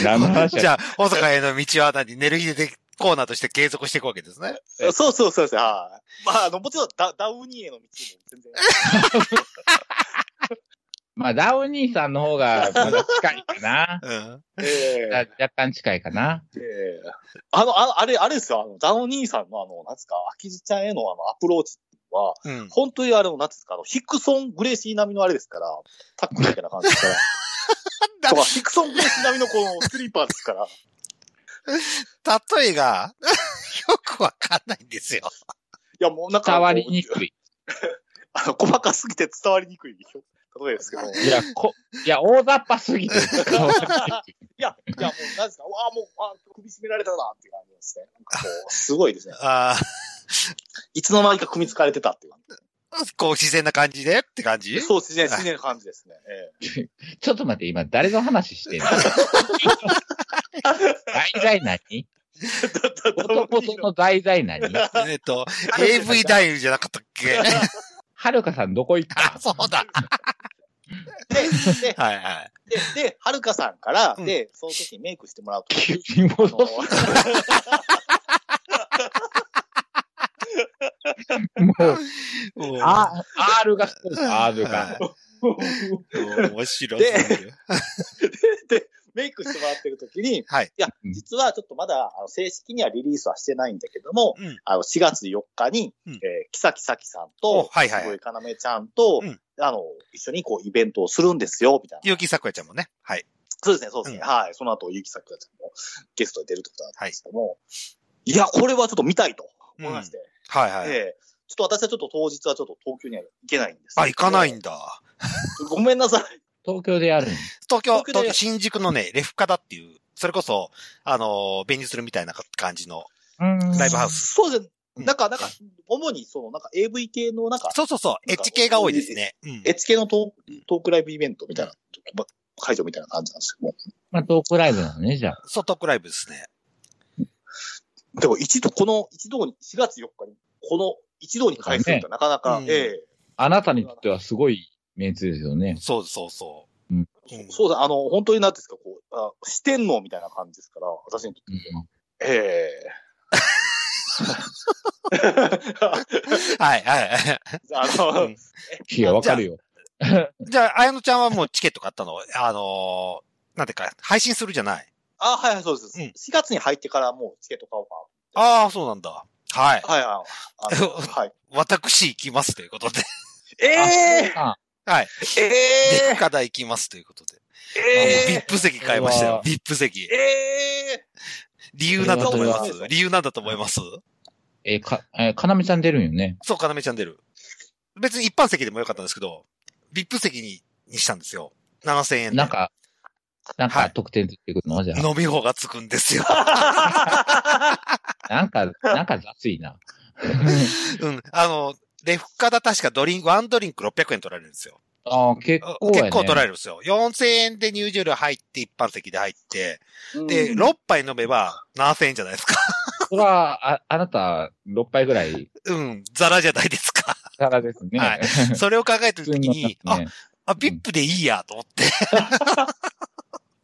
S2: 何の 話
S1: じ
S2: や
S1: ゃあ、保坂への道は何寝る日でコーナーとして継続していくわけですね。
S3: そうそうそうですね。はい。まあ、あの、もちろんダ、ダウニーへの道も全然。
S2: まあ、ダウニーさんの方がまだ近いかな。
S1: うん。
S3: え
S2: だ若干近いかな。
S3: えええあの、ああれ、あれですよ、あの、ダウニーさんのあの、なんですか、秋地ちゃんへのあの、アプローチは、
S1: うん。
S3: 本当にあれの、なんですか、あの、ヒクソン・グレーシー並みのあれですから、タックみたいな感じですから。 とか、ヒクソン・グレーシー並みのこのスリーパーですから。
S1: 例えが、 よくわかんないんですよ。
S3: いや、もうなんか、
S2: 伝わりに
S3: い。
S2: くい。
S3: あの、細かすぎて伝わりにくい。例えですけど。い
S2: いや、こ、いや、大雑把 すぎて伝わりにくい。
S3: や、いや、もう、なんですか、わあ、もう、あ首絞められたな、っていう感じですね。なんかこう、すごいですね。
S1: あ
S3: いつの間にか組みつかれてたっていう感
S1: あ、こう自然な感じでって感じ
S3: じ。そうですね、自然な感じですね。ええ
S2: ちょっと待って、今、誰の話し てんの題材何男との題材何
S1: えっと、AV 男優じゃなかったっけ
S2: はるかさんどこ行った
S1: あ、 そうだ。
S3: で、で、
S1: はいはい。
S3: で、で、はるかさんから、
S1: うん
S3: で、その時にメイクしてもらうと。
S2: 急に戻す。もう、
S1: もう
S2: あ R が太い、R が。
S1: 面白すぎる。
S3: で、 メイクしてもらってる時に、
S1: はい。
S3: や、実はちょっとまだ、あの、正式にはリリースはしてないんだけども、
S1: うん
S3: あの、4月4日に、
S1: うん
S3: えー、キサキサキさん
S1: お
S3: と、
S1: はいはいはい
S3: すごいかなめちゃんと、
S1: うん
S3: あの、一緒にこう、イベントをするんですよ、みたいな。
S1: ゆきさくやちゃんもね。はい。
S3: そうですね、そうですね。
S1: うん
S3: はい。その後、ゆきさくらちゃんもゲストで出るってことなんですけども、い、や、これはちょっと見たいと思いまして、
S1: はいはい。
S3: ええちょっと私はちょっと当日はちょっと東京には行けないんですけど。
S1: あ、行かないんだ。
S3: ごめんなさい。
S2: 東京でやるん
S1: 東京、
S3: 東京で
S1: 東京新宿のね、レフカダっていう、それこそ、あのー、便利するみたいな感じの、ライブハウス。
S3: そうです
S1: うん
S3: ね。なんか、なんか、主にその、なんか AV 系の、なんか、
S1: そうそうそう、エ
S3: なん
S1: ッ
S3: か
S1: ジ系が多いですね。うん。
S3: エッチ系のトークトークライブイベントみたいな、ま会場みたいな感じなんですけども。
S2: まあ、トークライブなのね、じゃあ。
S1: そう、トークライブですね。
S3: でも一度、この一度に、4月4日に、この一度に開催ってなかな
S1: そ
S3: か、
S1: うだね
S3: え
S2: あなたにとってはすごいメンツですよね。
S1: そうそうそうう。
S2: ん
S3: えそうだ、あの、本当になんていうんですか、こう、あ四天王みたいな感じですから、私にと
S2: うん
S3: って。 え え
S1: はいはいはい。
S3: あの、
S1: うん
S2: いや、わかるよ。
S1: じゃあ、あやのちゃんはもうチケット買ったのあのーなんていうか、配信するじゃない
S3: あ、はいはい、そうです。
S1: うん
S3: 4月に入ってからもうチケット買おうか
S1: ああ、そうなんだ。はい。
S3: な。はいはい。 あのはい。
S1: 私行きますということで。
S3: ええ
S2: あ
S1: はい。
S3: え
S1: で、
S3: え
S1: 深田行きますということで。
S3: え
S1: ビ
S3: え
S1: ップ席買いました
S2: う
S1: よ
S2: わ。
S1: ビップ席
S3: え。え
S1: 理由なんだと思いま
S3: それ
S1: す
S3: は
S1: 理由なんだと思います
S2: えーか、えーかなめちゃん出るんよね。
S1: そう、かなめちゃん出る。別に一般席でもよかったんですけど、ビップ席に、にしたんですよ。7000円で。
S2: なんか、なん
S1: は
S2: か
S1: い
S2: 特典ついてくるのじゃ
S1: 飲み方がつくんです よ。
S2: あ。なんか、なんか雑いな。
S1: うん。あの、レフカダ確かドリンク、ワンドリンク600円取られるんですよ。
S2: ああ、結構、ね。
S1: 結構取られるんですよ。4000円で入場料入って、一般席で入って、で、
S3: ロ
S1: 6杯飲めば7000円じゃないですか。
S2: それは、あ、あなた、6杯ぐらい、
S1: うん、ザラじゃないですか。
S2: からですね。
S1: はいそれを考えて
S2: 普
S1: ると
S2: 通
S1: き
S2: に
S1: に、
S2: ね。
S1: あ、あ、ビップでいいや、と思って。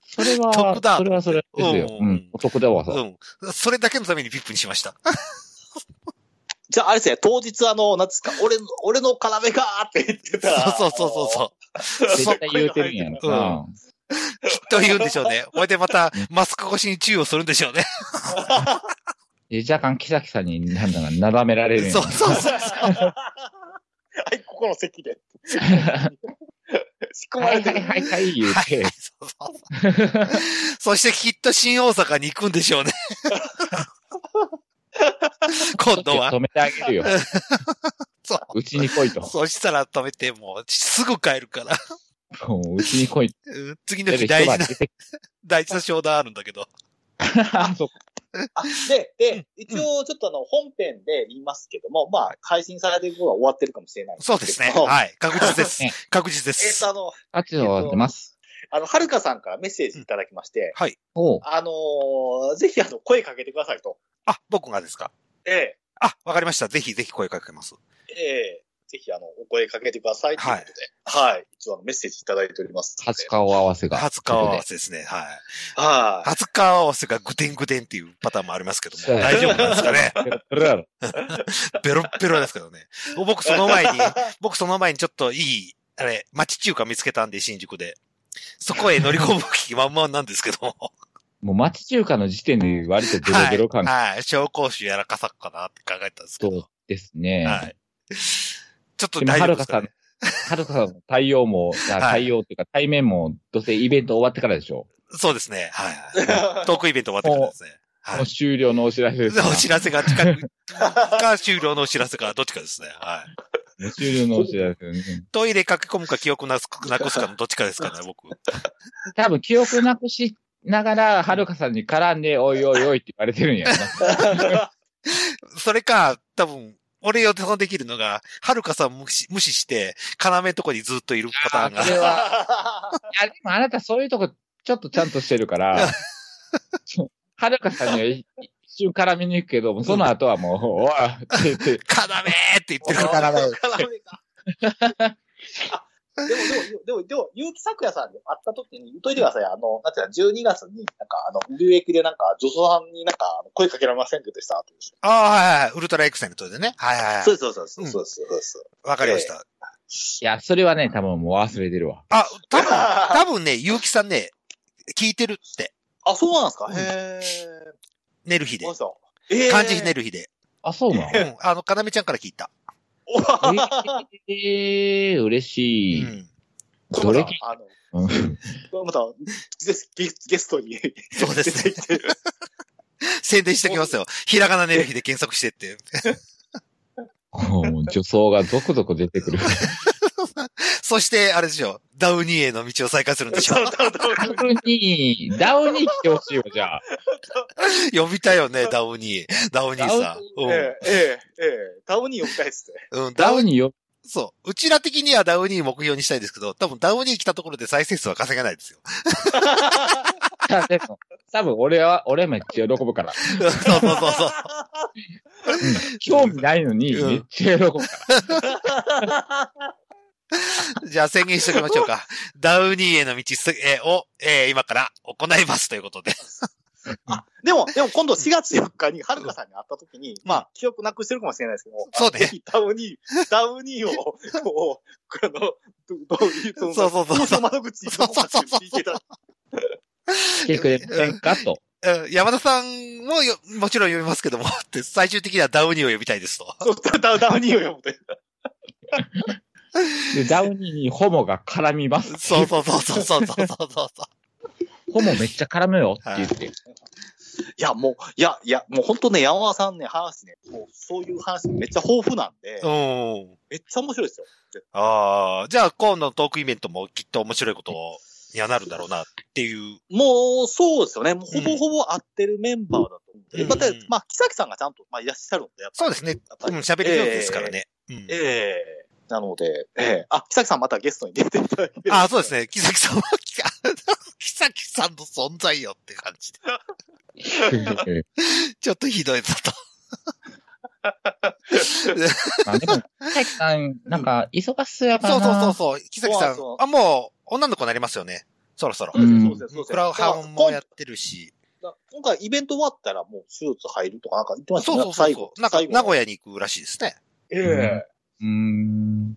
S2: それ
S1: 得
S2: は、
S1: だ
S2: それはそれですよ。
S1: う
S2: うんん。お得だわ、そう。
S1: うん。それだけのためにビップにしました。
S3: じゃあ、あれですね、当日あの、なんつうか、俺の、俺の要がーって言ってた。
S1: そうそうそうそう。
S3: あの
S2: 絶対言うてるんやんか。
S1: きっと言うんでしょうね。これでまた、マスク越しに注意をするんでしょうね。
S2: で、若干キサキサに、なんだか、なだめられるんやん
S1: そうそうそう。
S3: はい、ここの 席で。仕込ま
S2: は
S3: れ
S2: い
S3: て
S2: は
S3: る。
S2: いはいはい、言う
S1: はい
S2: て。
S1: そうそうそうそしてきっと新大阪に行くんでしょうね。今度は。
S2: 止めてあげるよ。
S1: そう
S2: ちに来いと。
S1: そしたら止めて、もうすぐ帰るから。
S2: もううちに来い。
S1: うん次の
S2: だっ
S1: 日
S2: て
S1: 大
S2: 人
S1: 事
S2: が
S1: な
S2: 出、て
S1: 大事な商談あるんだけど。
S2: きそう
S3: あで、で、一応ちょっとあの、本編で言いますけども、まあ、配信されてる頃は終わってるかもしれないん
S1: そうですね。
S3: けど
S1: はい。確実です
S2: ね。
S1: 確実で
S3: えっ
S1: す
S3: と、。あの、
S2: あっちを終わっ てます。
S3: あの、はるかさんからメッセージいただきまして、
S1: はい。
S2: おう
S3: あのーぜひあの、声かけてくださいと。
S1: あ、僕がですか
S3: え
S1: あ、わかりました。ぜひぜひ声かけます。
S3: えええぜひあの、お声かけてくださいということで、はい。一応あの、メッセージいただいておりますので。
S2: 初顔合わせが。
S1: 初顔合わせですね。はい。
S3: はい。
S1: 初顔合わせがぐてんぐてんっていうパターンもありますけど
S2: そう
S1: も、大丈夫なんですかね
S2: それやろ。
S1: ベロッベロですけどね。 僕その 前に、僕その前にちょっといい、あれ、町中華見つけたんで、新宿で。そこへ乗り込む気満々なんですけども。
S2: もう町中華の時点で割とベロベロ感
S1: はい。はい。紹興酒やらかさっかなって考えたんですけ
S2: そう
S1: ど。
S2: ですね。
S1: はい。ちょっと
S2: でも、
S1: 大
S2: は
S1: 丈夫で
S2: るか
S1: すか
S2: さ
S1: ね
S2: ん、はるかさんの対応も、あ対応っていうか対面も、どうせイベント終わってからでしょ。
S1: そうですね。はい。 トークイベント終わってからですね。は
S2: もう
S1: い。
S2: 終了のお知らせですから。
S1: お知らせが近く、か終了のお知らせか、どっちかですね。はい。
S2: もう終了のお知らせですね。
S1: トイレ駆け込むか記憶なすなくすかのどっちかですからね、僕。
S2: 多分記憶なくしながら、はるかさんに絡んで、おいおいおいって言われてる んやろな。
S1: それか、多分、俺予想できるのが、はるかさん無視無視して、要のとこにずっといるパターン
S2: あ
S1: が
S2: そ。れは、いや、でもあなたそういうとこ、ちょっとちゃんとして るから、そうはるかさんには一瞬絡みに行くけども、その後はもう、おいって言って、
S1: 要って言ってる
S2: お
S1: か
S2: い
S1: ら。
S3: 要か。あでも、でも、でも、でも、結城咲夜さんに会った時に言っといてください。あの、なんていうの、12月に、なんか、あの、流益でなんか、女装さんになんか、あの声かけられませんけどした後でし
S1: ああ、はいはい。ウルトラエクセントでね。はいはいはい。
S3: す、そうです、そうです、そうです。
S1: わかりました。
S2: いや、それはね、多分もう忘れてるわ。
S1: あ、多分、多分ね、ゆうきさんね、聞いてるって。
S3: あ、そうなんですか
S1: うん
S3: へ
S1: 寝る日で
S3: ー。。そうえー
S1: 漢字ひねる日で。
S2: あ、そうなの
S1: うん。あの、かなめちゃんから聞いた。
S3: おはははは
S2: ええー、嬉
S1: う
S2: しい。
S1: ん。
S2: どれき
S3: あの、
S2: うん
S3: また、ゲゲストに
S1: そうですね
S3: 出てきてる。
S1: 宣伝してきますよ。ひらがな寝る日で検索してって。
S2: もう女装がゾクゾク出て くる。
S1: そして、あれでしょ。ダウニーへの道を再開するんでしょ。
S2: ダウニー、ダウニー来てほしいよ、じゃあ。
S1: 呼びたいよね、ダウニー。ダウニーさん。
S3: ええ、ええ、ええ、タウニー呼びたい ですね。
S1: うんうん、
S2: ダ
S1: ダウニ
S2: ウ
S1: ー。
S2: ニーよ、
S1: そう。うちら的にはダウニー目標にしたいですけど、多分ダウニー来たところで再生数は稼げない ですよ。
S2: でも多分俺は、俺めっちゃ喜ぶから。
S1: そうそうそうそう。
S2: 興味ないのに、
S1: うん
S2: めっちゃ喜ぶから。
S1: じゃあ宣言しておきましょうか。ダウニーへの道す、えーを、えー今から行いますということで。
S3: でも、でも今度4月4日に、はるかさんに会った時に、まあ、記憶なくしてるかもしれないですけど、
S1: そうね
S3: ぜひダウニー、ダウニーを、こう、この、どどういう、そ
S1: そうそうそう
S3: の窓口にどこかって聞いていただ
S2: 来てくれませんかと。
S1: うん山田さんもよ、もちろん呼びますけども、って最終的にはダウニーを呼びたいですと。
S3: そうダウダウニーを呼ぶという。
S2: で、ダウニーにホモが絡みます。
S1: そうそうそうそうそうそうそうそう。
S2: ホモめっちゃ絡むよって言って。
S3: いや、もう、いや、いや、もう本当ね、山田さんね、話ね、もうそういう話めっちゃ豊富なんで、
S1: うん。
S3: めっちゃ面白いですよ。
S1: ああ、じゃあ今度のトークイベントもきっと面白いことにはなるだろうなっていう。
S3: もう、そうですよね。もうほぼほぼ合ってるメンバーだと思う。
S1: うん
S3: だっ
S1: う
S3: て
S1: ん、
S3: まあ、木崎さんがちゃんと、まあ、いらっしゃるんで、やっ
S1: そ
S3: ぱり
S1: うですね。
S3: やっぱ
S1: うん、
S3: り
S1: 喋り上手ですからね。うん
S3: ええなので、ええあ、木崎さんまたゲストに出ていただいて。
S1: あ、そうですね。木崎さんは、木崎さんの存在よって感じで。ちょっとひどいぞと。
S2: あでも、大樹さん、なんか、忙しそうや か
S1: そ
S2: ら
S1: う
S2: な。
S1: そうそうそう。木崎さん
S3: そうそう。
S1: あ、もう、女の子になりますよね。そろそろ。
S3: そうですね。
S2: うん
S3: そうですね。
S1: クラウハンもやってるし。
S3: 今回イベント終わったらもう手術入るとかなんか言ってま
S1: そう
S3: した
S1: そうそうそう。なんか、名古
S3: 屋。
S1: 屋に行くらしいですね。
S3: ええ
S2: うーん。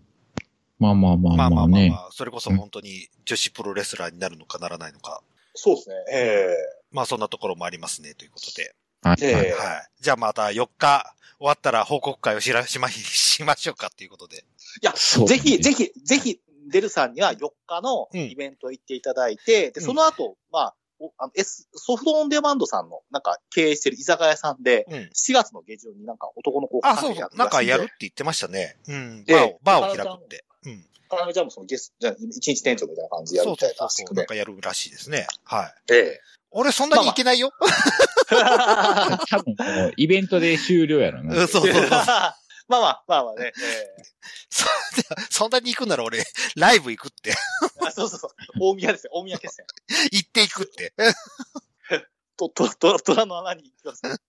S2: まあま
S1: まあ
S2: あまあま
S1: ま
S2: あ
S1: あまあま
S2: ね。
S1: あ、それこそ本当に女子プロレスラーになるのかならないのか。
S3: そうですね。え
S1: まあそんなところもありますね、ということで。
S2: はい
S3: え
S2: はい
S3: え
S1: はい。じゃあまた4日終わったら報告会をしらしま、しましょうかということで。
S3: いや、
S2: そう
S3: ぜひ、ぜひ、ぜひ、デルさんには4日のイベント行っていただいて、で、その後、まあ、おあの S、ソフトオンデマンドさんの、なんか、経営してる居酒屋さんで、
S1: うん。
S3: 4月の下旬になんか男の子
S1: あ、そうそう。なんかやるって言ってましたね。うん。バーを、バーを開くって。うん。
S3: カナメちゃんもそのゲスト、じゃあ一日店長みたいな感じでやる
S1: そう
S3: み
S1: そ
S3: た
S1: う
S3: いな。
S1: そう。なんかやるらしいですね。はい。
S3: え
S1: 俺そんなにいけないよ。
S3: え
S2: 多分、イベントで終了やろな。
S1: うんそうそうそう。
S3: まあまあ、まあまあね。え
S1: そそんなに行くんなら俺、ライブ行くって。
S3: えあそうそうそう。大宮ですよ。大宮決戦。
S1: 行って行くって。
S3: と、と、と、虎の穴に行きます。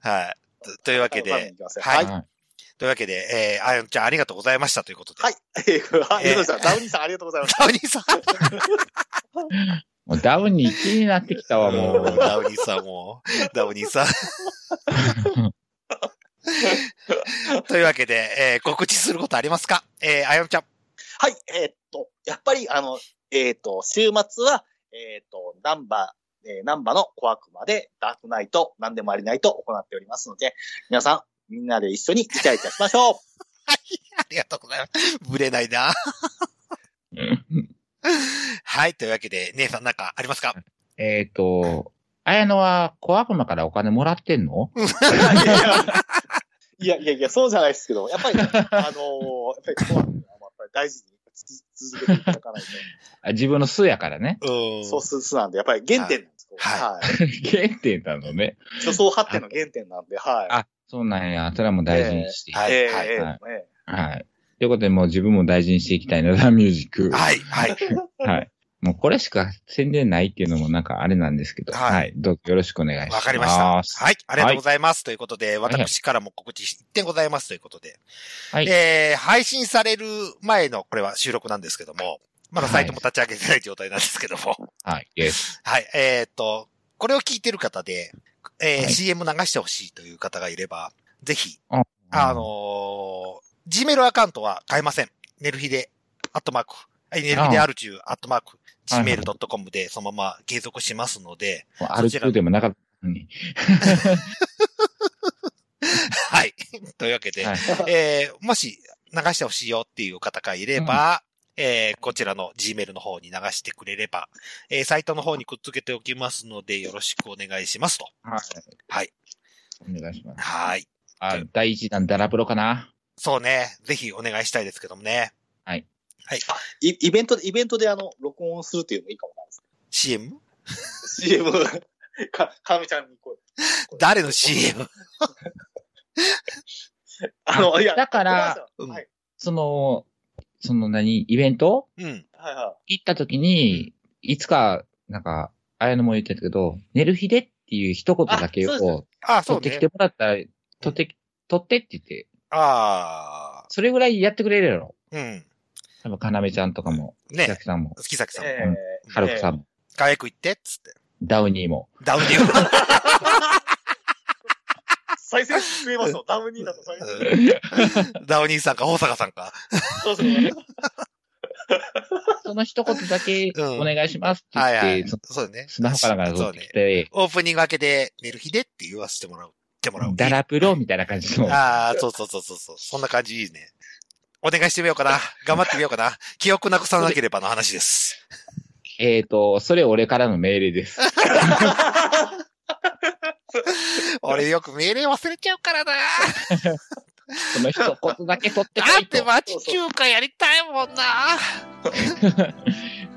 S1: はい。とというわけで、
S3: 虎の穴に行きますよ
S1: はい
S3: はい。
S2: はい。
S1: というわけで、えー、あやんちゃんありがとうございましたということで。
S3: はい。ええありがとうございますダウニーさんありがとうございます。
S1: ダウニーさん。
S2: もうダウンに気になってきたわ、も
S1: もう、
S2: う。
S1: ダウニーさんもう、ダウニー さん。というわけで、えー、告知することありますかえー、あやむちゃん。
S3: はい、えーっと、やっぱり、あの、えーっと、週末は、えーっと、ナンバー、えー、ナンバーの小悪魔で、ダークナイト、何でもありナイトを行っておりますので、皆さん、みんなで一緒にイチャイチャしま しょう
S1: ありがとうございます。ぶれないな。はい、というわけで、姉さんなんかありますか
S2: えっと、綾野は小悪魔からお金もらってんの
S3: いやいやいや、そうじゃないですけど、やっぱり、ね、あのーやっぱり小悪魔はやっぱり大事に続けていただかない
S2: あ自分の巣やからね。
S1: うー
S3: と、
S1: ん。
S3: そうすすなんで、やっぱり原点なんですよ。
S1: は
S3: はい。
S2: 原点なのね。
S3: 女装発展の原点なんで、は。
S2: あ、そうなんや。それはもう大事にして。
S1: はいい、
S3: えー
S1: はい、
S3: えー
S2: はい
S3: えー
S2: はい。ということで、もう自分も大事にしていきたいな、ザ・ミュージック。
S1: はい、はい。
S2: はい。もうこれしか宣伝ないっていうのもなんかあれなんですけど、
S1: はい
S2: はい。どうぞよろしくお願いします。
S1: わかりました。はい、ありがとうございます。ということで、私からも告知1点ございますということで。
S2: はい
S1: えー、配信される前の、これは収録なんですけども、まだサイトも立ち上げてない状態なんですけども。
S2: はい。です。
S1: はい、えーっと、これを聞いてる方で、えー
S2: はい
S1: CM 流してほしいという方がいれば、ぜひ、
S2: あ
S1: あ、のー、Gmail アカウントは変えません。ネルヒデ、アットマーク、ネルヒデアルチュー、アットマーク、
S2: はいはい
S1: gmail.com でそのまま継続しますので、
S2: 歩くでもなかったのに。
S1: はい。 というわけで、
S2: はい。
S1: えーもし流してほしいよっていう方がいれば、えーこちらの Gmail の方に流してくれれば、えーサイトの方にくっつけておきますので、よろしくお願いしますと。
S2: はい。
S1: はい。
S2: お願いします。
S1: はい。
S2: あ、第一弾、ダラプロかな
S1: そうね。ぜひお願いしたいですけどもね。
S3: イイベントで、イベントであの、録音するっていうのもいいかもわかんないです
S1: CM?
S3: CM、か、かみちゃんにこう。
S1: 誰の CM?
S3: あの、いや、
S2: だか
S3: ごめんな
S2: ら
S3: さ、い
S1: うん
S3: はい、
S2: その、その何、イベント
S1: うん。
S3: はい、は
S2: 行った時に、いつか、なんか、あやのも言ってたけど、寝る日でっていう一言だけ
S3: あそう
S2: を
S1: あ、そ
S2: 取
S1: う
S2: ってき
S1: ね
S2: て。もらったら、取ってき、取ってって言って、
S1: ああ。
S2: それぐらいやってくれるやろ。
S1: うん。
S2: 多分、かなめちゃんとかも、
S1: ね
S2: きさきさんも、
S1: 月崎さん。
S3: え
S2: うん
S3: ー
S2: はるこさんも、
S1: かわいく言ってっつって。
S2: ダウニーも。
S1: ダウンディオ。
S3: 再生数増えますよ。ダムニーだと再生数。
S1: ダウニーさんか、大阪さんか。
S3: そうそう。え
S2: その一言だけ、
S1: うん
S2: お願いしますって
S1: はいは
S2: 言
S1: い
S2: って、そ。
S1: そうだね。
S2: 砂浜から
S1: そ
S2: 取
S1: う
S2: って
S1: ね
S2: き。て、
S1: オープニング明けで、寝る日でって言わせてもらう。ってもらう。
S2: ダラプロみたいな感じの。
S1: ああ、そうそうそうそうそう。そんな感じいいね。お願いしてみようかな。頑張ってみようかな。記憶なくさなければの話です。
S2: えっと、それ俺からの命令です。
S1: 俺よく命令忘れちゃうからな。
S2: その一言だけ取って
S1: だ
S2: こい
S1: って
S2: と。
S1: 町中華やりたいもんな。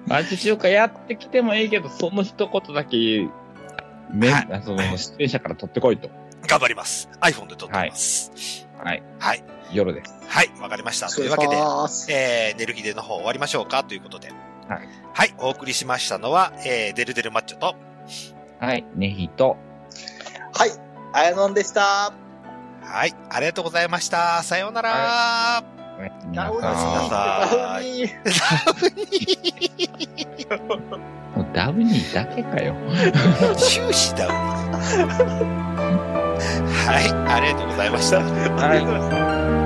S2: マジ中華やってきてもいいけど、その一言だけ、め
S1: は
S2: あその、出演者から取ってこいと。
S1: 頑張ります。iPhone で撮ってます。
S2: はい。
S1: はい。
S2: 夜です。
S1: はい、わかりました。と
S3: そう
S1: い
S3: いうう
S1: わけで、
S3: わけで。
S1: えー、寝る日での方終わりましょうかということで。
S2: はい。
S1: はい、お送りしましたのは、えー、デルデルマッチョと、
S2: はい、ネヒと、
S3: はい。あやのんでした。
S1: はい、ありがとうございました。さようなら。
S2: おやすみ
S3: ダ
S2: な
S3: ウニー。
S2: さ
S1: さ
S3: ダ
S1: い
S3: ウニー。
S2: い。もうダブニーだけかよ。
S1: 終始だ。はい、ありがとうございました。
S3: ありがとうございます。